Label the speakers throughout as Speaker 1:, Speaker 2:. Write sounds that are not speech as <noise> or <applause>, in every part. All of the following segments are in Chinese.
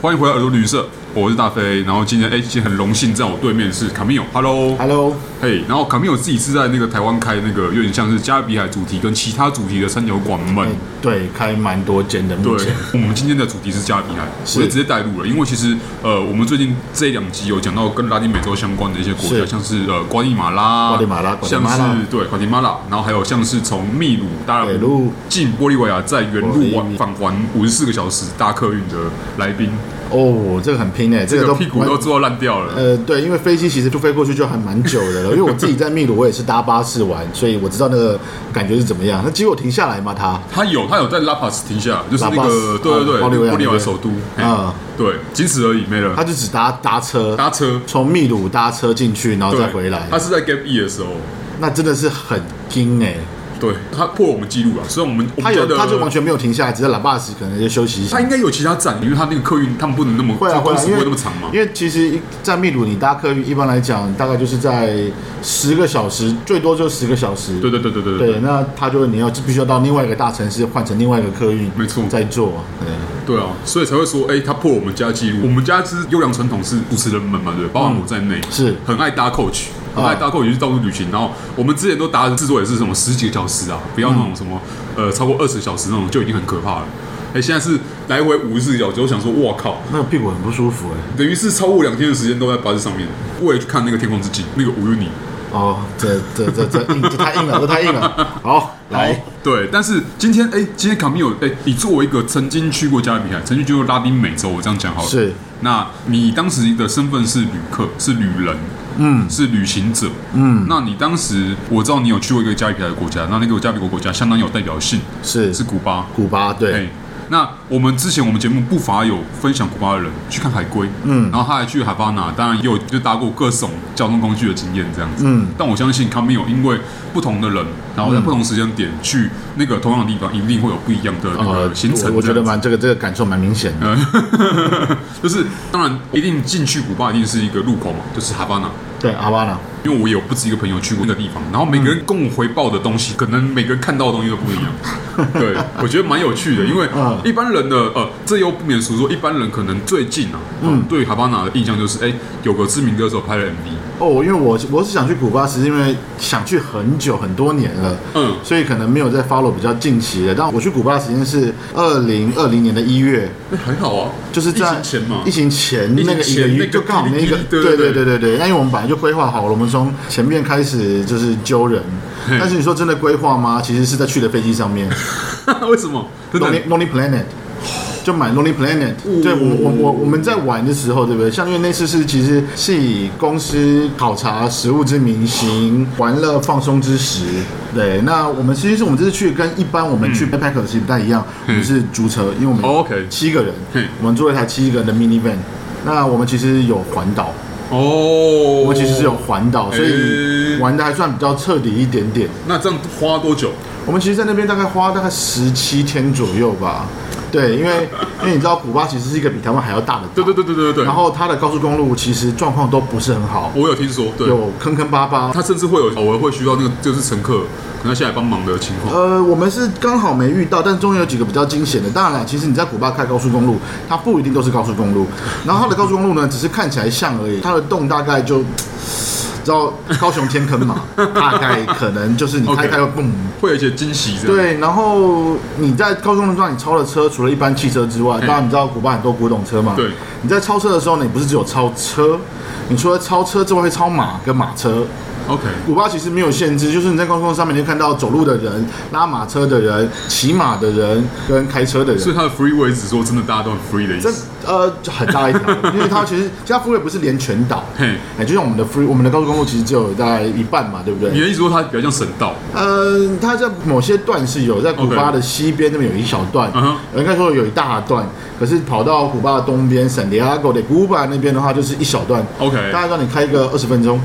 Speaker 1: 欢迎回到耳朵旅社，我是大飞。然后今天哎，今天很荣幸在我对面是卡米 o h e l l o
Speaker 2: Hello，
Speaker 1: 嘿，然后卡米尔自己是在那个台湾开那个有点像是加勒比海主题跟其他主题的三角馆们。
Speaker 2: 哎对，开蛮多间的，目
Speaker 1: 哎对
Speaker 2: 前，
Speaker 1: 我们今天的主题是加勒比海，
Speaker 2: 是
Speaker 1: 我就直接带入了，因为其实呃，我们最近这两集有讲到跟拉丁美洲相关的一些国家，
Speaker 2: 是
Speaker 1: 像是呃瓜地马拉、
Speaker 2: 瓜地马拉瓜地
Speaker 1: 像
Speaker 2: 马拉
Speaker 1: 是对瓜地马拉，然后还有像是从秘鲁、大
Speaker 2: 北路
Speaker 1: 进玻利维亚，在原
Speaker 2: 玻利
Speaker 1: 路
Speaker 2: 维
Speaker 1: 往返还五十四个小时搭客运的来宾，
Speaker 2: 哦，这个很拼诶，这
Speaker 1: 这
Speaker 2: 个
Speaker 1: 个
Speaker 2: 都
Speaker 1: 屁股都坐到烂掉了。
Speaker 2: 呃，对，因为飞机其实就飞过去就还蛮久的了，因为我自己在秘鲁，我也是搭巴士玩，所以我知道那个感觉是怎么样。那结果停下来嘛，他
Speaker 1: 他有，他有在拉帕斯停下，就是那
Speaker 2: La
Speaker 1: 个
Speaker 2: Paz，
Speaker 1: 对对对，
Speaker 2: 哦玻利维亚
Speaker 1: 玻利维亚
Speaker 2: 那边
Speaker 1: 首都，
Speaker 2: 嗯
Speaker 1: 嗯，对，仅此而已，没了
Speaker 2: 他。就只搭搭车，
Speaker 1: 搭车，
Speaker 2: 从秘鲁搭车进去，然后
Speaker 1: 对，
Speaker 2: 再回来
Speaker 1: 他，是在 Gap E 的时候，
Speaker 2: 那真的是很拼诶。
Speaker 1: 对他破我们记录了，啊所以我们我
Speaker 2: 他
Speaker 1: 们觉
Speaker 2: 有，
Speaker 1: 得
Speaker 2: 他就完全没有停下来，只是喇叭时可能就休息一下
Speaker 1: 他。应该有其他站，因为他那个客运他们不能那么
Speaker 2: 会啊
Speaker 1: 这个
Speaker 2: 会
Speaker 1: 工
Speaker 2: 啊，
Speaker 1: 时
Speaker 2: 因
Speaker 1: 不
Speaker 2: 为
Speaker 1: 会那么长嘛
Speaker 2: 因。为其实一在秘鲁，你搭客运一般来讲大概就是在十个小时，最多就十个小时。
Speaker 1: 对对对对对
Speaker 2: 对，那他就你要必须要到另外一个大城市换成另外一个客运，
Speaker 1: 没错
Speaker 2: 再坐。对，
Speaker 1: 对啊，所以才会说，哎，他破我们家记录。我们家是优良传统是主持人们嘛，对，包含我在内，
Speaker 2: 是
Speaker 1: 很爱搭 coach，很爱搭 coach 去到处旅行。然后我们之前都搭的至少也是什么十几个小时啊，不要那种什么呃超过二十小时那种就已经很可怕了。哎，现在是来回五十四小时，我想说，哇靠，
Speaker 2: 那个屁股很不舒服哎。
Speaker 1: 等于是超过两天的时间都在巴士上面。我也去看那个天空之镜，那个五 u 尼。
Speaker 2: 哦，这这这这硬，这太硬了，这太硬 <laughs> 了。好，来，
Speaker 1: 哦对，但是今天，哎、今天卡米有，哎、你作为一个曾经去过加勒比海，曾经去过拉丁美洲，我这样讲好了。
Speaker 2: 是。
Speaker 1: 那你当时的身份是旅客，是旅人，嗯，是旅行者，嗯。那你当时，我知道你有去过一个加勒比海的国家，那那个加勒比海国家相当有代表性，
Speaker 2: 是
Speaker 1: 是古巴。
Speaker 2: 古巴，
Speaker 1: 哎、
Speaker 2: 对，
Speaker 1: 那我们之前我们节目不乏有分享古巴的人去看海龟，嗯，然后他还去海巴那，当然也有就搭过各种交通工具的经验这样子，嗯，但我相信卡米有因为不同的人，然后在不同时间点去那个同样的地方，一定会有不一样的那
Speaker 2: 呃
Speaker 1: 个行程、
Speaker 2: 我我觉得，蛮这个嗯这个感受蛮明显的。
Speaker 1: 就是当然一定进去古巴一定是一个入口嘛，就是海巴那。
Speaker 2: 对，阿巴呢？
Speaker 1: 因为我有不止一个朋友去过那个地
Speaker 2: 嗯
Speaker 1: 方，然后每个人跟我回报的东西，可能每个人看到的东西都不一
Speaker 2: <laughs>
Speaker 1: 样。对，我觉得蛮有趣的，因为
Speaker 2: 嗯
Speaker 1: 一般人的呃，这又不免俗说，一般人可能最近啊，嗯，对哈巴那的印象就是，哎，有个知名歌手拍了 MV，
Speaker 2: 哦，因为我我是想去古巴，是因为想去很久很多年了，
Speaker 1: 嗯
Speaker 2: 所以可能没有在 follow 比较近期的。但我去古巴的时间是二零二零年的一月，
Speaker 1: 哎，还好啊，
Speaker 2: 就是在
Speaker 1: 疫情前嘛
Speaker 2: 疫，情前
Speaker 1: 疫情
Speaker 2: 那个一个
Speaker 1: 前那
Speaker 2: 月
Speaker 1: 个
Speaker 2: 就刚好那个，
Speaker 1: 哔哩哔哩对对对
Speaker 2: 对对对对对。那因为我们本来就规划好了，我们从前面开始就是揪人，
Speaker 1: 嘿
Speaker 2: 但是你说真的规划吗？其实是在去的飞机上面
Speaker 1: <laughs> 为什么？真的哦
Speaker 2: ，Lonely Lonely Planet。就买 Lonely Planet，、对我我我我们在玩的时候，对不对？像因为那次是其实是以公司考察食物之名行玩乐放松之时，对。那我们其实是我们这次去跟一般我们去
Speaker 1: 嗯
Speaker 2: backpacker 其实不太一样，我们是租车，因为我们
Speaker 1: 哦，OK
Speaker 2: 七个人
Speaker 1: 嘿，
Speaker 2: 我们租了一台七个人的 minivan。那我们其实有环岛，
Speaker 1: 哦，哎
Speaker 2: 我们其实是有环岛，所以
Speaker 1: 诶
Speaker 2: 玩的还算比较彻底一点点。
Speaker 1: 那这样花多久？
Speaker 2: 我们其实，在那边大概花大概十七天左右吧。对，因为因为你知道，古巴其实是一个比台湾还要大的岛，
Speaker 1: 对对对对对对对。
Speaker 2: 然后它的高速公路其实状况都不是很好，
Speaker 1: 我有听说，对，
Speaker 2: 有坑坑巴巴。
Speaker 1: 他甚至会有偶尔会需要那个就是乘客可能下来帮忙的情况。
Speaker 2: 呃，我们是刚好没遇到，但中间有几个比较惊险的。当然了，其实你在古巴开高速公路，它不一定都是高速公路，然后它的高速公路呢，只是看起来像而已，它的洞大概就。知道高雄天坑嘛？大概可能就是你
Speaker 1: OK
Speaker 2: 开开会蹦
Speaker 1: 会有一些惊喜，这样
Speaker 2: 对，然后你在高速公路上你超了车，除了一般汽车之外，
Speaker 1: 嗯
Speaker 2: 当然你知道古巴很多古董车嘛。
Speaker 1: 对，
Speaker 2: 你在超车的时候呢，你不是只有超车，你除了超车之外，会超马跟马车。
Speaker 1: ，OK，
Speaker 2: 古巴其实没有限制，就是你在高速公路上面你会看到走路的人、拉马车的人、骑马的人跟开车的人
Speaker 1: 所。以他的 free way 只说真的大家都很 free 的意
Speaker 2: 这
Speaker 1: 思。
Speaker 2: 呃就很大一
Speaker 1: <laughs>
Speaker 2: 条，因为它其实加富瑞不是连全岛，
Speaker 1: 嘿
Speaker 2: 哎、就像我们的 free 我们的高速公路其实只有大概一半嘛，对不对？
Speaker 1: 你的意思说它比较像神道，
Speaker 2: 呃，它在某些段是有，在古巴的西边那边有一小段呃
Speaker 1: 嗯哼
Speaker 2: 应该说有一大段。可是跑到古巴的东边，San Diego de Cuba 那边的话，就是一小段。
Speaker 1: OK
Speaker 2: 大概让你开个二十分钟，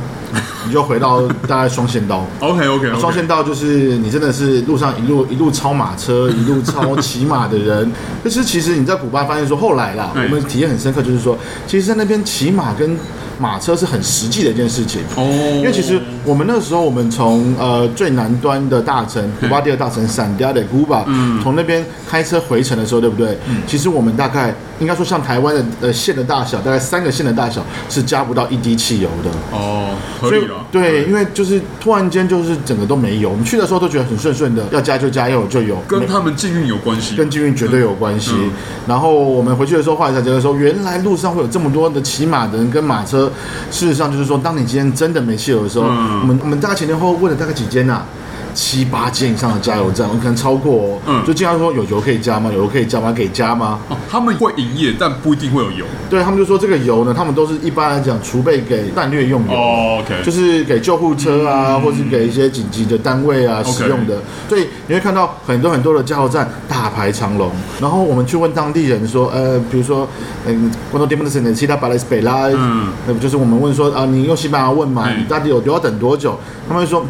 Speaker 2: 你就回到大概双线道。
Speaker 1: ？OK OK，,
Speaker 2: 双
Speaker 1: o
Speaker 2: 线道就是你真的是路上一路一路超马车，一路超骑马的人。就是其实你在古巴发现说，后来啦，
Speaker 1: 哎
Speaker 2: 我们体验很深刻，就是说，其实，在那边骑马跟马车是很实际的一件事情。
Speaker 1: 哦，因
Speaker 2: 因为其实我们那时候，我们从呃最南端的大城古巴第二大城闪迪亚的古巴，从那边开车回程的时候，对不对？其实我们大概应该说，像台湾的呃县的大小，大概三个县的大小是加不到一滴汽油的。
Speaker 1: 哦，合
Speaker 2: 所
Speaker 1: 理
Speaker 2: 以
Speaker 1: 了，
Speaker 2: 对，因为就是突然间就是整个都没油，我们去的时候都觉得很顺顺的，要加就加，要有就有，
Speaker 1: 跟他们禁运有关系，
Speaker 2: 跟禁运绝对有关系。
Speaker 1: 嗯
Speaker 2: 然后我们回去的时候，后来才觉得说，原来路上会有这么多的骑马的人跟马车。事实上就是说，当你今天真的没汽油的时候，
Speaker 1: 嗯
Speaker 2: 我们我们大概前前后后问了大概几间呐、啊七八间以上的加油站，我们可能超过哦，
Speaker 1: 嗯
Speaker 2: 就经常说有油可以加吗？有油可以加吗？可以加吗？
Speaker 1: 哦，他们会营业，但不一定会有油。
Speaker 2: 对他们就说这个油呢，他们都是一般来讲储备给战略用油。
Speaker 1: 哦，OK，嗯
Speaker 2: 就是是给救护车啊，或是给一些紧急的单位啊
Speaker 1: OK
Speaker 2: 使用的。所以你会看到很多很多的加油站大排长龙。然后我们去问当地人说，呃，比如说，嗯，关东电的省的其他巴莱斯北拉，
Speaker 1: 嗯
Speaker 2: 那不就是我们问说啊，你用西班牙文嘛，
Speaker 1: 嗯
Speaker 2: 你到底有都要等多久？他们会说。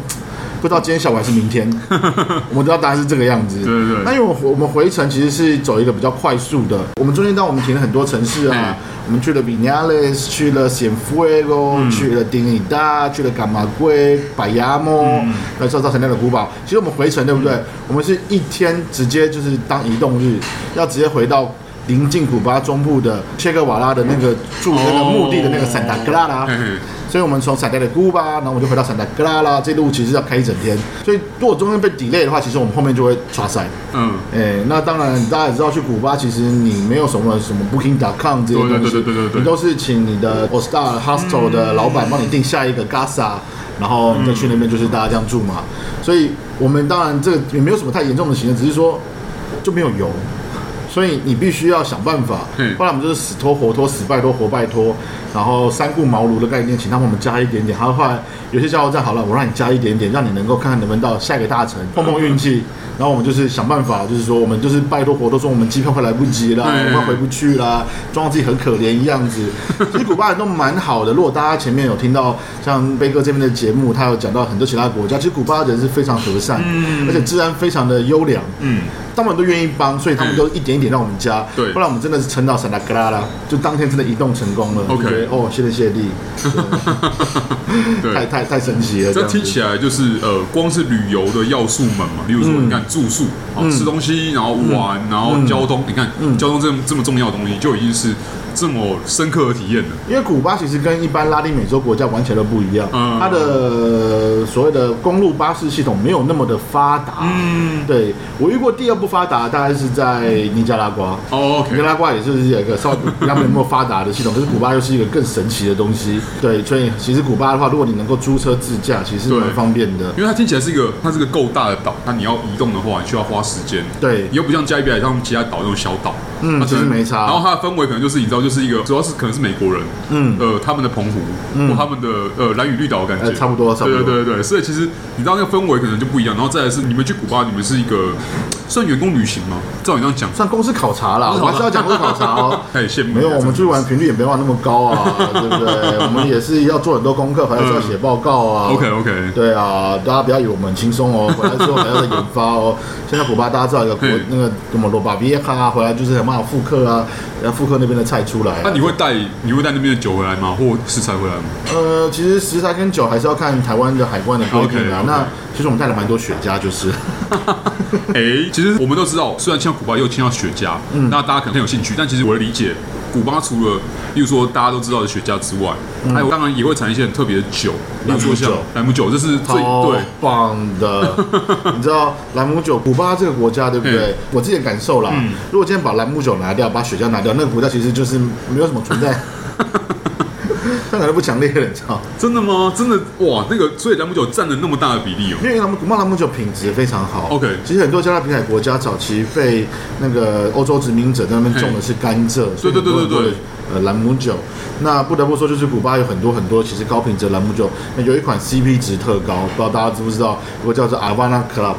Speaker 2: 不知道今天下午还是
Speaker 1: <laughs>
Speaker 2: 明天，我们知道答案是这个样子。
Speaker 1: 对对对
Speaker 2: 那因为我我们回程其实是走一个比较快速的，我们中间到我们停了很多城市啊，
Speaker 1: 嗯
Speaker 2: 我们去了 Vinales，去了 Cienfuegos，、去了丁尼达，去了甘马圭、百亚莫，那造造成那个古堡。其实我们回程对不对？我们是一天直接就是当移动日，要直接回到。临近古巴中部的切格瓦拉的那个住那个墓地的那个圣塔格拉拉，所以我们从闪达的古巴，然后我们就回到闪达格拉拉，这路其实要开一整天。所以如果中间被 delay 的话，其实我们后面就会刷塞。
Speaker 1: 嗯，
Speaker 2: 哎、那当然，大家也知道，去古巴其实你没有什么什么 Booking.com 这些东
Speaker 1: 对对对
Speaker 2: 西，
Speaker 1: 对对对嗯
Speaker 2: 你都是请你的 o s t a r Hostel 的老板帮你订下一个 Gasa，然后你再去那边就是大家这样住嘛。所以我们当然这个也没有什么太严重的行程，只是说就没有油。所以你必须要想办法，
Speaker 1: 嗯
Speaker 2: 不然我们就是死拖活拖，死拜拖活拜拖，然后三顾茅庐的概念，请他们我们加一点点。还有后来有些加油站好了，我让你加一点点，让你能够看看能不能到下一个大城碰碰运气。然后我们就是想办法，就是说我们就是拜托活动说我们机票快来不及啦，
Speaker 1: 嗯
Speaker 2: 我们回不去啦，装自己很可怜一样子。其实古巴人都蛮好的，如果大家前面有听到像飞哥这边的节目，他有讲到很多其他国家，其实古巴人是非常和善，而且治安非常的优良，
Speaker 1: 嗯，
Speaker 2: 他们都愿意帮，所以他们都一点一点让我们加。
Speaker 1: 对
Speaker 2: 不然我们真的是撑到圣达格拉拉，就当天真的移动成功了。
Speaker 1: OK
Speaker 2: 就觉得哦，谢天谢地，对太
Speaker 1: 对。
Speaker 2: 太太神奇了，
Speaker 1: 这
Speaker 2: 样子
Speaker 1: 听起来就是呃，光是旅游的要素们嘛，例如说
Speaker 2: 嗯
Speaker 1: 你看住宿、啊吃东西，然后玩，然后交通，你看
Speaker 2: 嗯
Speaker 1: 交通这么这么重要的东西，就已经是这么深刻的体验了。
Speaker 2: 因为古巴其实跟一般拉丁美洲国家完全都不一样，
Speaker 1: 嗯
Speaker 2: 它的所谓的公路巴士系统没有那么的发达。
Speaker 1: 嗯
Speaker 2: 对我遇过第二不发达，大概是在尼加拉瓜。
Speaker 1: 哦
Speaker 2: 尼加
Speaker 1: ，OK，
Speaker 2: 拉瓜也是有一个稍微比他们没有发达
Speaker 1: <laughs>
Speaker 2: 的系统，可是古巴又是一个更神奇的东西。对，所以其实古巴的话，如果你能够租车自驾，其实是蛮
Speaker 1: 对
Speaker 2: 方便的。
Speaker 1: 因为它听起来是一个它是个够大的岛，那你要移动的话，你需要花时间。
Speaker 2: 对
Speaker 1: 又不像加利比海他们其他岛那种小岛，
Speaker 2: 嗯
Speaker 1: 它可能
Speaker 2: 其实没差
Speaker 1: 然后它的氛围可能就是你知道，就是一个主要是可能是美国人，
Speaker 2: 嗯
Speaker 1: 呃，他们的澎湖、或他们的呃蓝屿绿岛的感觉、
Speaker 2: 呃差不多差不多
Speaker 1: 对对对对，所以其实你知道那个氛围可能就不一样。然后再来是你们去古巴，你们是一个算员工旅行吗？照你这样讲，
Speaker 2: 算公司考察啦，
Speaker 1: 公司
Speaker 2: 我
Speaker 1: 考察。
Speaker 2: 还是要讲公司考察哦
Speaker 1: 太羡慕了
Speaker 2: <laughs> 没有，我
Speaker 1: 真
Speaker 2: 们
Speaker 1: 的是
Speaker 2: 去玩频率也没办法那么高啊， <laughs> 对不对？我们也是要做很多功课，还是要写报告啊。
Speaker 1: OK OK，
Speaker 2: 对啊，大家不要以为我们很轻松哦， <laughs> 回来之后还要再研发哦。现在古巴大家知道有个国
Speaker 1: 嗯
Speaker 2: 那个什么罗巴比耶卡啊，回来就是想办法复刻啊，要复刻那边的菜出来啊、
Speaker 1: 那你会带你会带那边的酒回来吗？或食材回来吗？
Speaker 2: 呃，其实食材跟酒还是要看台湾的海关的规定啊。
Speaker 1: OK，OK
Speaker 2: 那其实我们带了蛮多雪茄，就是。
Speaker 1: 哎、其实我们都知道，虽然像古巴又听到雪茄，
Speaker 2: 嗯
Speaker 1: 那大家可能很有兴趣，但其实我的理解，古巴除了，例如说大家都知道的雪茄之外，
Speaker 2: 嗯
Speaker 1: 还有当然也会产一些很特别的酒，例如说像莱姆酒，这是最
Speaker 2: 超
Speaker 1: 对，
Speaker 2: 棒的，你知道兰姆酒，古巴这个国家对不对
Speaker 1: 嗯？
Speaker 2: 我自己的感受啦，如果今天把兰姆酒拿掉，把雪茄拿掉，那个国家其实就是没有什么存在，那感觉不强烈了，你知道？
Speaker 1: 真的吗？真的哇，那个所以莱姆酒占了那么大的比例哦、
Speaker 2: 因为兰姆古巴兰姆酒品质非常好。
Speaker 1: OK
Speaker 2: 其实很多加勒比海国家早期被那个欧洲殖民者在那边种的是甘蔗，所以
Speaker 1: 对对对
Speaker 2: 很多
Speaker 1: 对
Speaker 2: 很多的
Speaker 1: 对。
Speaker 2: 呃兰姆酒。那不得不说，就是古巴有很多很多其实高品质的兰姆酒，那有一款 CP 值特高，不知道大家知不知道？我叫做 Havana Club，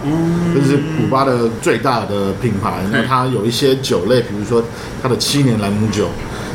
Speaker 2: 这是古巴的最大的品牌。那它有一些酒类，比如说它的七年兰姆酒，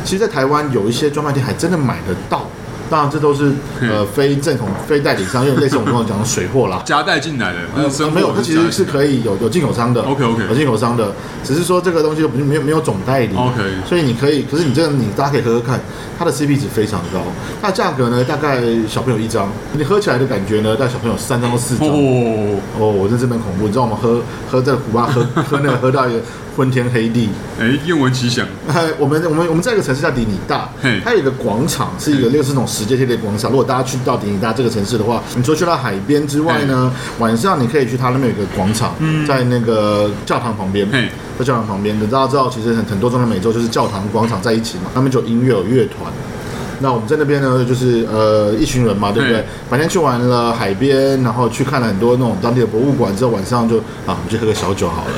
Speaker 2: 其实，在台湾有一些专卖店还真的买得到。当然这都是呃非正统、非代理商，因为类似我们刚才讲的水货啦
Speaker 1: 夹带进来的，那是
Speaker 2: 呃
Speaker 1: 生
Speaker 2: 没有，
Speaker 1: 活
Speaker 2: 它
Speaker 1: 的
Speaker 2: 其
Speaker 1: 夹带进来
Speaker 2: 实是可以有有进口商的
Speaker 1: OK，OK
Speaker 2: 有进口商的，只是说这个东西不是没有没有总代理
Speaker 1: OK
Speaker 2: 所以你可以，可是你这个你大家可以喝喝看，它的 CP 值非常高，它的价格呢大概小朋友一张，你喝起来的感觉呢，大概小朋友三张到四张，
Speaker 1: 哦，
Speaker 2: 哦，我这真的很恐怖，你知道我们喝喝在古巴喝喝那个喝到一个昏天黑地。
Speaker 1: 哎，愿闻其详，
Speaker 2: 呃我们我们我们在一个城市叫迪尼大
Speaker 1: 嘿，
Speaker 2: 它有一个广场，是一个类似那种石阶梯的广场。如果大家去到迪尼大这个城市的话，你除了去到海边之外呢，晚上你可以去它那边有一个广场，在那个教堂旁边
Speaker 1: 嗯嘿，
Speaker 2: 在教堂旁边的大家知道，其实很很多中南美洲就是教堂广场在一起嘛，他们就有音乐有乐团。那我们在那边呢，就是呃一群人嘛，对不对
Speaker 1: 对？
Speaker 2: 白天去玩了海边，然后去看了很多那种当地的博物馆，之后晚上就啊，我们去喝个小酒好了。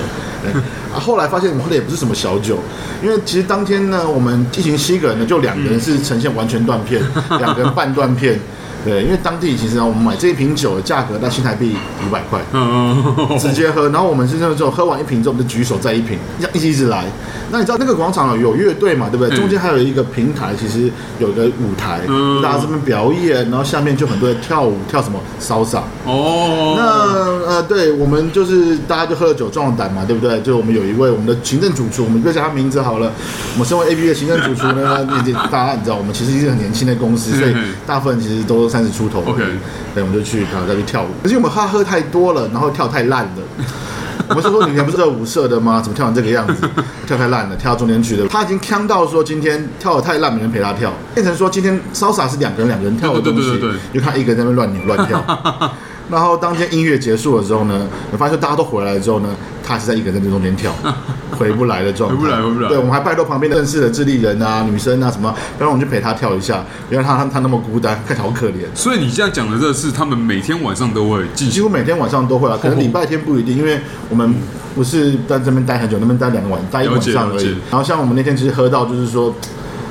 Speaker 2: 对啊，后来发现我们喝的也不是什么小酒，因为其实当天呢，我们一行七个人呢，就两个人是呈现完全断片，两个人半断片。对，因为当地其实呢，我们买这一瓶酒的价格在新台币五百块，
Speaker 1: <laughs> 嗯，
Speaker 2: 直接喝。然后我们是那种喝完一瓶之后，我们就举手再一瓶，这样一直一直来。那你知道那个广场有乐队嘛，对不
Speaker 1: 嗯
Speaker 2: 对？中间还有一个平台，其实有一个舞台，
Speaker 1: 嗯
Speaker 2: 大家这边表演，然后下面就很多人跳舞，跳什么骚洒。那
Speaker 1: 哦，
Speaker 2: 呃，对我们就是大家就喝了酒壮了胆嘛，对不对？就我们有一位我们的行政主厨，我们就叫他名字好了。我们身为 A B 的行政主厨呢， <laughs> 你你大家你知道，我们其实是一个很年轻的公司，所以
Speaker 1: 嗯嗯
Speaker 2: 大部分其实都三十出头而已。
Speaker 1: OK
Speaker 2: 对，我们就去然后再去跳舞，可是我们怕喝太多了，然后跳太烂了。我们是说你们不是热舞社的吗？怎么跳成这个样
Speaker 1: <laughs>
Speaker 2: 子？跳太烂了，跳到中间去的。他已经呛到说今天跳的太烂，没人陪他跳，变成说今天潇洒是两个人两个人跳的
Speaker 1: 对嗯
Speaker 2: 东
Speaker 1: 对
Speaker 2: 西，
Speaker 1: 对对对
Speaker 2: 就看一个人在那边乱扭
Speaker 1: <laughs>
Speaker 2: 乱跳。然后当天音乐结束了之后呢，我发现大家都回来了之后呢，他还是在一个人在这中
Speaker 1: <laughs>
Speaker 2: 间跳，回不来的状态，
Speaker 1: 回不来回不来
Speaker 2: 对，我们还拜托旁边的认识的智利人啊、女生啊什么，不然我们去陪他跳一下，不要让他他那么孤单，看起来好可怜。
Speaker 1: 所以你这样讲的这是他们每天晚上都会进
Speaker 2: 几
Speaker 1: 行
Speaker 2: 乎每天晚上都
Speaker 1: <laughs>
Speaker 2: 会啊，可能
Speaker 1: 哦
Speaker 2: 礼拜天不一定，因为我们不是在这边待很久，那边待两个晚，待一晚上
Speaker 1: 了
Speaker 2: 而
Speaker 1: 解了
Speaker 2: 已
Speaker 1: 解。
Speaker 2: 然后像我们那天其实喝到就是说。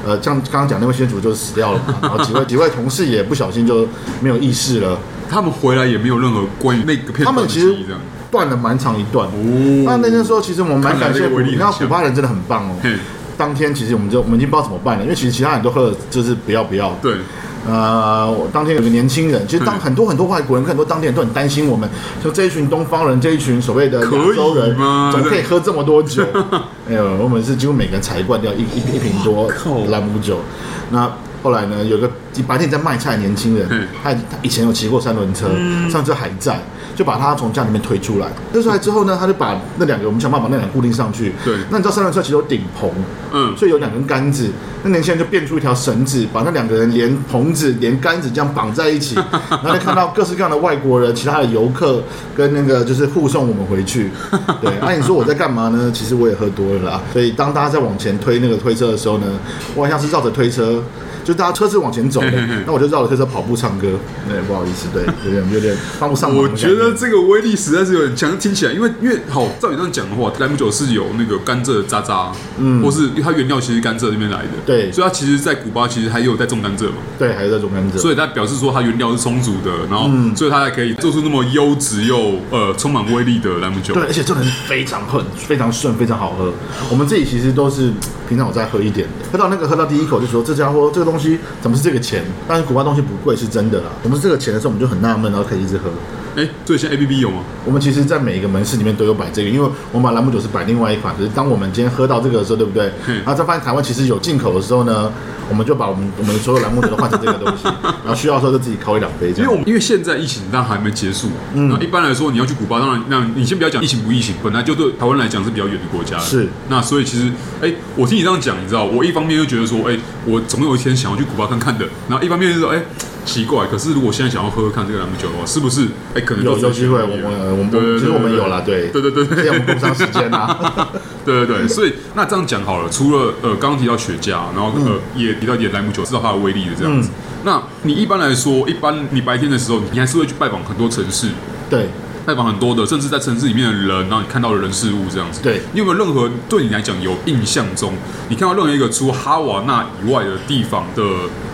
Speaker 2: 呃，像刚刚讲那位先主就死掉了
Speaker 1: <laughs>
Speaker 2: 嘛，然后几位几位同事也不小心就没有意识了，
Speaker 1: 他们回来也没有任何关于那个片
Speaker 2: 他
Speaker 1: 段
Speaker 2: 们
Speaker 1: 的
Speaker 2: 其
Speaker 1: 记
Speaker 2: 实
Speaker 1: 忆这样。
Speaker 2: 断了蛮长一段。
Speaker 1: 哦
Speaker 2: 那那天说，其实我们蛮感谢
Speaker 1: 看来这个
Speaker 2: 古，
Speaker 1: 威力
Speaker 2: 你
Speaker 1: 很
Speaker 2: 看
Speaker 1: 强
Speaker 2: 古巴人真的很棒哦
Speaker 1: 嘿。
Speaker 2: 当天其实我们就我们已经不知道怎么办了，因为其实其他人都喝了，就是不要不要。
Speaker 1: 对，
Speaker 2: 呃，我当天有个年轻人，其实当
Speaker 1: 嗯
Speaker 2: 很多很多外国人，很多当地人都很担心我们，说这一群东方人，这一群所谓的
Speaker 1: 可以
Speaker 2: 亚洲人，
Speaker 1: 吗
Speaker 2: 怎么可以喝这么
Speaker 1: <laughs>
Speaker 2: 多酒？哎呦，我们是几乎每个人才灌掉一一一瓶多
Speaker 1: 靠
Speaker 2: 兰姆酒。那后来呢，有个白天在卖菜的年轻人
Speaker 1: 嗯，
Speaker 2: 他他以前有骑过三轮车，上车还在，就把他从家里面推出来。推出来之后呢，他就把那两个我们想办法把那两个固定上去。
Speaker 1: 对
Speaker 2: 那你知道三轮车其实有顶棚，
Speaker 1: 嗯，
Speaker 2: 所以有两根杆子，那年轻人就变出一条绳子，把那两个人连棚子连杆子这样绑在
Speaker 1: <laughs>
Speaker 2: 一起，然后就看到各式各样的外国人、其他的游客跟那个就是护送我们
Speaker 1: <laughs>
Speaker 2: 回去。对，那、你说我在干嘛呢？其实我也喝多了啦。所以当大家在往前推那个推车的时候呢，我好像是绕着推车。就大家车是
Speaker 1: <laughs>
Speaker 2: 往前走的
Speaker 1: 嘿嘿嘿，
Speaker 2: 那我就绕着推车跑步唱歌。对，不好意思，对，有点有点帮不上忙的
Speaker 1: 我
Speaker 2: 感。
Speaker 1: 觉得这个威力实在是有点强，听起来，因为因为好，照你这样讲的话，莱姆酒是有那个甘蔗的渣渣，嗯，或是因为它原料其实甘蔗那边来的，
Speaker 2: 对
Speaker 1: 所以它其实，在古巴其实还有在种甘蔗嘛，
Speaker 2: 对，还是在中间走。
Speaker 1: 所以它表示说它原料是充足的，然后所以它才可以做出那么优质又呃充满威力的莱姆酒，
Speaker 2: 对，而且这人非常很非常顺，非常好喝。我们自己其实都是嗯平常有在喝一点的，喝到那个喝到第一口就说这家伙这个东西怎么是这个钱？但是古巴东西不贵是真的啦。我们这个钱的时候我们就很纳闷，然后可以一直喝。
Speaker 1: 哎，所以现在 A P P 有吗？
Speaker 2: 我们其实，在每一个门市里面都有摆这个，因为我们把兰姆酒是摆另外一款。可是当我们今天喝到这个的时候，对不对？
Speaker 1: 嗯
Speaker 2: 然后再发现台湾其实有进口的时候呢，我们就把我们我们所有兰姆酒都换成这个东西，然后需要的时候就自己烤一两杯
Speaker 1: 因为
Speaker 2: 这样
Speaker 1: 我。们因为现在疫情但还没结束，嗯，那一般来说你要去古巴，当然那你先不要讲疫情不疫情，本来就对台湾来讲是比较远的国家了，
Speaker 2: 是。
Speaker 1: 那所以其实，哎、我听你这样讲，你知道，我一方面就觉得说，哎、我总有一天想要去古巴看看的，然后一方面就说，哎、奇怪，可是如果现在想要喝喝看这个兰姆酒的话，是不是？哎、可能
Speaker 2: 有
Speaker 1: 就
Speaker 2: 有机会，我
Speaker 1: 对
Speaker 2: 们我们
Speaker 1: 对对对
Speaker 2: 其实我们有啦，对，
Speaker 1: 对对对对
Speaker 2: 这样我们工商时间啊
Speaker 1: <laughs>
Speaker 2: 啦。
Speaker 1: 对对对，所以那这样讲好了，除了呃刚刚提到雪茄，然后呃、也提到一点莱姆酒，知道它的威力的这样子。那你一般来说，一般你白天的时候，你还是会去拜访很多城市，
Speaker 2: 对，
Speaker 1: 拜访很多的，甚至在城市里面的人，然后你看到的人事物这样子。
Speaker 2: 对
Speaker 1: 你有没有任何啊对你来讲有印象中，你看到任何一个除哈瓦那以外的地方的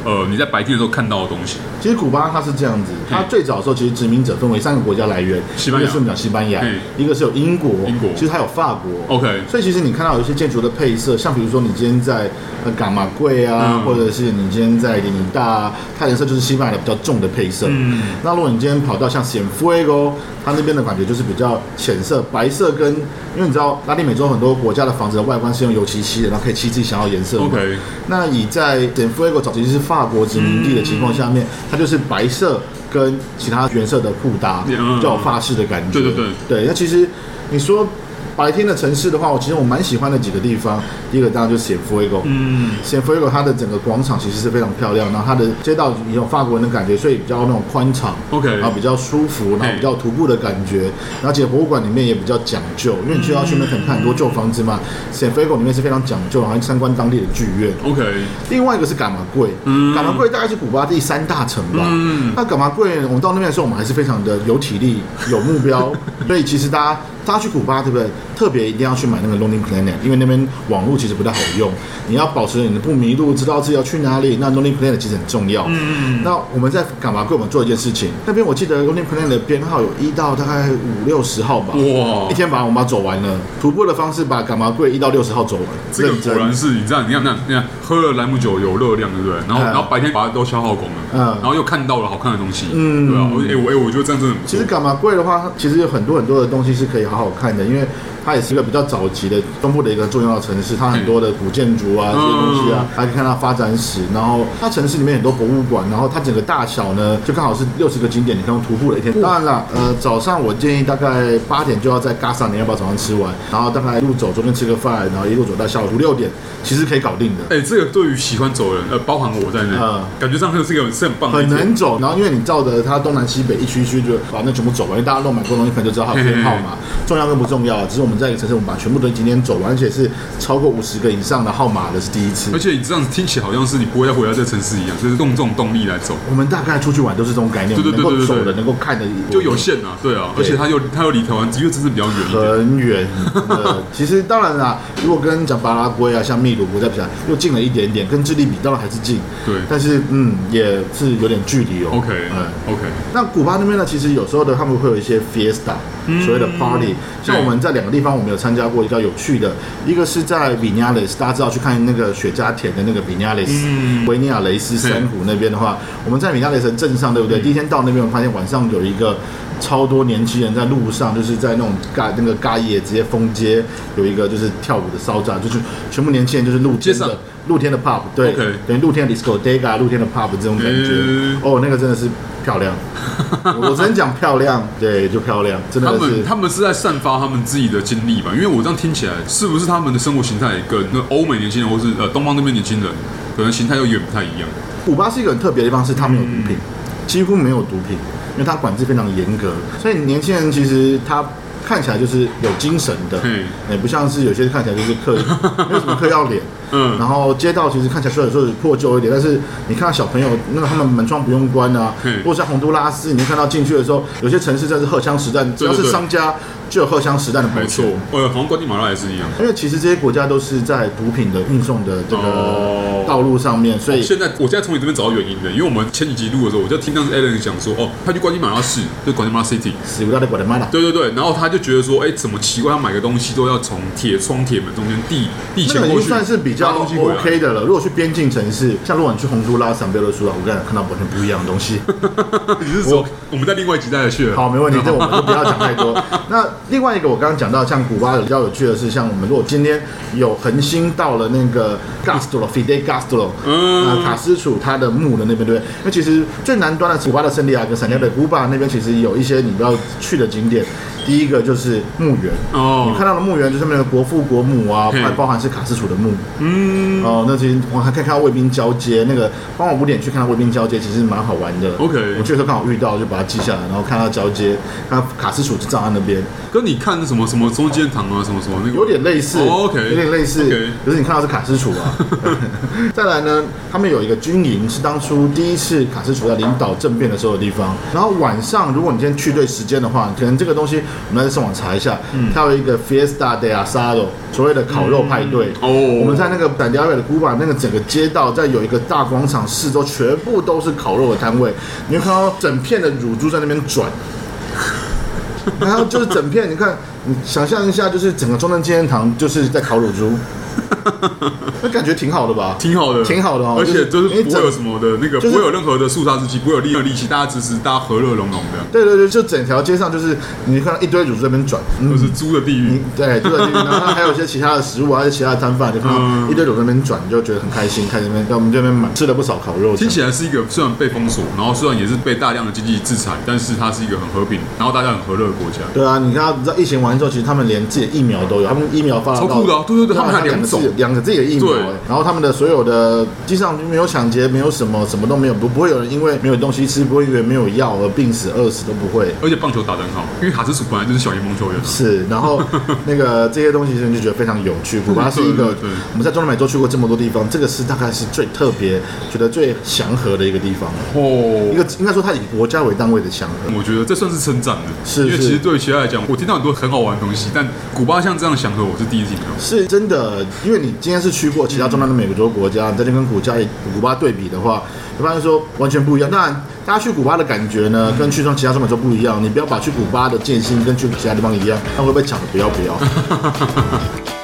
Speaker 1: 呃你在白天的时候看到的东西。
Speaker 2: 其实古巴它是这样子，它最早的时候其实殖民者分为三个国家来源，
Speaker 1: 嗯西班牙
Speaker 2: 一个是我们讲西班牙
Speaker 1: 嗯，
Speaker 2: 一个是有英国，
Speaker 1: 英国哦
Speaker 2: 其实还有法国。
Speaker 1: OK，
Speaker 2: 所以其实你看到有一些建筑的配色，像比如说你今天在呃伽马贵
Speaker 1: 嗯
Speaker 2: 啊，或者是你今天在里尼大啊，它颜色就是西班牙的比较重的配色。
Speaker 1: 嗯
Speaker 2: 那如果你今天跑到像显夫 e g 它那边的感觉就是比较浅色，白色跟因为你知道拉丁美洲很多国家的房子的外观是用油漆漆的，然后可以漆自己想要的颜色嘛。
Speaker 1: ，OK，
Speaker 2: 那以在点夫 e g 早期是法国殖民地的情况下面，它就是白色跟其他原色的互搭，
Speaker 1: 嗯
Speaker 2: 比较有法式的感觉。
Speaker 1: 对对对
Speaker 2: 对，那其实你说白天的城市的话，我其实我蛮喜欢的几个地方，第一个当然就是点夫 e g
Speaker 1: 嗯，
Speaker 2: 显弗瑞格它的整个广场其实是非常漂亮，然后它的街道也有法国人的感觉，所以比较那种宽敞
Speaker 1: OK
Speaker 2: 然后比较舒服，然后比较徒步的感觉，然后而且博物馆里面也比较讲究，因为你去到去那边看很多旧房子嘛，显弗瑞格里面是非常讲究，然后参观当地的剧院。
Speaker 1: OK，
Speaker 2: 另外一个是伽马贵，
Speaker 1: 嗯
Speaker 2: 伽马贵大概是古巴第三大城吧。
Speaker 1: 嗯
Speaker 2: 那伽马贵，我们到那边的时候，我们还是非常的有体力、有
Speaker 1: <laughs>
Speaker 2: 目标，所以其实大家大家去古巴，对不对？特别一定要去买那个 Lonely Planet，因为那边网络其实不太好用，你要保持你的不迷路，知道自己要去哪里。那 Lonely Planet 其实很重要。
Speaker 1: 嗯
Speaker 2: 那我们在伽马贵，我们做一件事情，那边我记得 Lonely Planet 的编号有一到大概五六十号吧。
Speaker 1: 哇
Speaker 2: 一，天把我们把它走完了，徒步的方式把伽马贵一到六十号走完，
Speaker 1: 这个
Speaker 2: 认真
Speaker 1: 果然是你知道，你看你看你看，喝了兰姆酒有热量，对不对？然后
Speaker 2: 嗯
Speaker 1: 然后白天把它都消耗光了，
Speaker 2: 嗯
Speaker 1: 然后又看到了好看的东西，对啊，我哎我哎我觉得这样真的很不
Speaker 2: 其
Speaker 1: 错
Speaker 2: 实伽马贵的话，它其实有很多很多的东西是可以好好看的，因为它也是一个比较早期的东部的一个重要的城市，它很多的古建筑啊
Speaker 1: 嗯
Speaker 2: 这些东西啊，还可以看它发展史。然后它城市里面很多博物馆，然后它整个大小呢，就刚好是六十个景点，你可以用徒步的一天。当然了，呃，早上我建议大概八点就要在嘎萨尼要把早上吃完，然后大概一路走，中间吃个饭，然后一路走到下午五六点，其实可以搞定的。
Speaker 1: 哎、这个对于喜欢走的人，呃，包含我在内，
Speaker 2: 嗯
Speaker 1: 感觉上是这个是很棒的一
Speaker 2: 很
Speaker 1: 天，
Speaker 2: 难走，然后因为你照着它东南西北一区一区就把那全部走完，因为大家都买过东西，可能就知道它的编号嘛，重要跟不重要。只是我们在一个城市，我们把全部的景点走完，而且是超过五十个以上的号码的是第一次
Speaker 1: 而。且你这样子听起来好像是你不会再回到这个城市一样，就是用这种动力来走，
Speaker 2: 我们大概出去玩都是这种概念，
Speaker 1: 对对对
Speaker 2: 能够
Speaker 1: 对对
Speaker 2: 走
Speaker 1: 对
Speaker 2: 的、能够看的，
Speaker 1: 就有限啊，对啊，
Speaker 2: 对
Speaker 1: 而且它又它又离台湾的确真是比较远一点，
Speaker 2: 很远的。其实当然啦，如果跟讲巴拉圭啊，像秘鲁国家比起来，又近了一点点，跟智利比当然还是近，
Speaker 1: 对
Speaker 2: 但是嗯，也是有点距离哦。
Speaker 1: ，OK
Speaker 2: 嗯。
Speaker 1: OK，
Speaker 2: 那古巴那边呢，其实有时候的他们会有一些 fiesta，、所
Speaker 1: 嗯
Speaker 2: 谓的 party。像我们在两个地方，我们有参加过比较有趣的，一个是在比尼亚雷斯，大家知道去看那个雪茄田的那个比尼亚雷斯、
Speaker 1: 嗯
Speaker 2: 维尼亚雷斯山谷那边的话，我们在比尼亚雷斯镇上，对不对？第一天到那边，我们发现晚上有一个。超多年轻人在路上，就是在那种尬那个尬夜直接封街，有一个就是跳舞的烧炸，就是全部年轻人就是露天
Speaker 1: 街上
Speaker 2: 的露天的 pub，对
Speaker 1: OK
Speaker 2: 等于露天的 discoteca、露天的 pub 这种感觉。
Speaker 1: 嗯
Speaker 2: 哦，那个真的是漂亮， <laughs> 我只能讲漂亮，对，就漂亮，真
Speaker 1: 他
Speaker 2: 的是
Speaker 1: 们。他们是在散发他们自己的经历吧，因为我这样听起来，是不是他们的生活形态跟那欧美年轻人或是呃东方那边年轻人可能形态又有点不太一样？
Speaker 2: 古巴是一个很特别的地方，是它没有毒品，几乎没有毒品，因为它管制非常严格，所以年轻人其实他看起来就是有精神的，
Speaker 1: 嗯
Speaker 2: 也不像是有些看起来就是嗑，
Speaker 1: <laughs>
Speaker 2: 没有什么嗑药脸。
Speaker 1: 嗯
Speaker 2: 然后街道其实看起来虽然说是破旧一点，但是你看到小朋友那个他们门窗不用关啊，
Speaker 1: 嗯
Speaker 2: 或者像洪都拉斯，你看到进去的时候，有些城市真的是荷枪实弹，只要
Speaker 1: 对
Speaker 2: 是
Speaker 1: 对对
Speaker 2: 商家就有荷枪实弹的包
Speaker 1: 没错
Speaker 2: 装。，
Speaker 1: 呃，好像瓜地马拉也是一样。
Speaker 2: 因为其实这些国家都是在毒品的运送的这个
Speaker 1: 哦
Speaker 2: 道路上面，所以
Speaker 1: 现在我现在从你这边找到原因的，因为我们前几集录的时候，我就听到是 Alan 讲说，哦，他去瓜地马拉市，就瓜地马拉 City，
Speaker 2: 死不到的瓜地马拉。
Speaker 1: 对对对，然后他就觉得说，哎，怎么奇怪，他买个东西都要从铁窗、铁门中间递递
Speaker 2: 那
Speaker 1: 钱
Speaker 2: 个已
Speaker 1: 过
Speaker 2: 经
Speaker 1: 去，
Speaker 2: 算是比较
Speaker 1: 拿东西回来
Speaker 2: OK 的了。如果去边境城市，像如果你去洪都拉斯、san 贝勒苏啊，我跟你讲看到完全不一样的东西。
Speaker 1: 你是说我们在另外一集带去了？
Speaker 2: 好，没问题，这我们就不要讲太
Speaker 1: <laughs>
Speaker 2: 多。那另外一个，我刚刚讲到，像古巴比较有趣的是，像我们如果今天有恒星到了那个 Gastro Fidel Gastro，
Speaker 1: 嗯
Speaker 2: 呃卡斯楚他的墓的那边，对不对？因为其实最南端的是古巴的圣地亚哥、闪电的古巴那边，其实有一些你要去的景点。第一个就是墓园，
Speaker 1: 哦
Speaker 2: 你看到的墓园就是那个国父国母啊，
Speaker 1: 嘿
Speaker 2: 还包含是卡斯楚的墓。
Speaker 1: 嗯
Speaker 2: 哦，那其实我还可以看到卫兵交接，那个傍晚五点去看到卫兵交接，其实蛮好玩的。
Speaker 1: OK
Speaker 2: 我去的时候刚好遇到，就把它记下来，然后看到交接，看到卡斯楚就站在那边。
Speaker 1: 可跟你看什么什么中间堂啊，什么什么那个
Speaker 2: 有点类似、
Speaker 1: 哦，OK，
Speaker 2: 有点类似
Speaker 1: OK
Speaker 2: 可是你看到是卡斯楚啊。 <laughs> 再来呢，他们有一个军营是当初第一次卡斯楚在领导政变的时候的地方。然后晚上，如果你今天去对时间的话，可能这个东西我们再上网查一下，
Speaker 1: 嗯
Speaker 2: 它有一个 Fiesta de Asado，所谓的烤肉派对。
Speaker 1: 哦
Speaker 2: 我们在那个板迪亚瑞的古堡那个整个街道，在有一个大广场，四周全部都是烤肉的摊位，你会看到整片的乳猪在那边转。 <laughs> 然后就是整片，你看，你想象一下，就是整个中正纪念堂就是在烤乳猪，那感觉挺好的吧？
Speaker 1: 挺好的，
Speaker 2: 挺好的哦
Speaker 1: 而且就
Speaker 2: 就是
Speaker 1: 是
Speaker 2: 因为
Speaker 1: 不会
Speaker 2: 整
Speaker 1: 有什么的那个，
Speaker 2: 就是
Speaker 1: 不会有任何的肃杀之气，不会有利和利息，大家支持，大家和乐融融的，
Speaker 2: 对对对，就整条街上就是你看到一堆乳猪在那边转，嗯
Speaker 1: 都是猪的地狱
Speaker 2: 你。对，就在这边，然后还有一些其他的食物啊，还有其他的摊贩，就看到
Speaker 1: 嗯
Speaker 2: 一堆乳猪在那边转，你就觉得很开心，看这边，在我们这边买吃了不少烤肉，
Speaker 1: 听起来是一个虽然被封锁，然后虽然也是被大量的经济制裁，但是它是一个很和平，然后大家很和乐的国家。
Speaker 2: 对啊，你看，你知道疫情完之后，其实他们连自己的疫苗都有，他们疫苗发了到
Speaker 1: 超酷的啊对对对他们还
Speaker 2: 两
Speaker 1: 两
Speaker 2: 个
Speaker 1: 种
Speaker 2: 自己两个自己的疫苗、
Speaker 1: 对
Speaker 2: 哎然后他们的所有的机上没有抢劫，没有什么，什么都没有，不不会有人因为没有东西吃，不会因为没有药而病死、饿死都不会。 <laughs>
Speaker 1: 而且棒球打得很好，因为卡斯楚本来就是小联盟球员啊，
Speaker 2: 是，然后那个这些东西，你就觉得非常有趣。古巴是一
Speaker 1: 对
Speaker 2: 个
Speaker 1: 对对
Speaker 2: 我们在中南美洲去过这么多地方，这个是大概是最特别、觉得最祥和的一个地方，一
Speaker 1: 哦。
Speaker 2: 个应该说它以国家为单位的祥和。
Speaker 1: 我觉得这算是称赞的，
Speaker 2: 是
Speaker 1: 因为
Speaker 2: 是
Speaker 1: 其实对其他来讲，我听到很多很好玩的东西，但古巴像这样祥和，我是第一次听到。
Speaker 2: 是真的，因为你今天是去过其他中南美洲国家，你再去跟古加古巴对比的话，你发现说完全不一样。当然，大家去古巴的感觉呢，跟去上其他中美洲不一样。你不要把去古巴的戒心跟去其他地方一样，那会被抢的不要不要。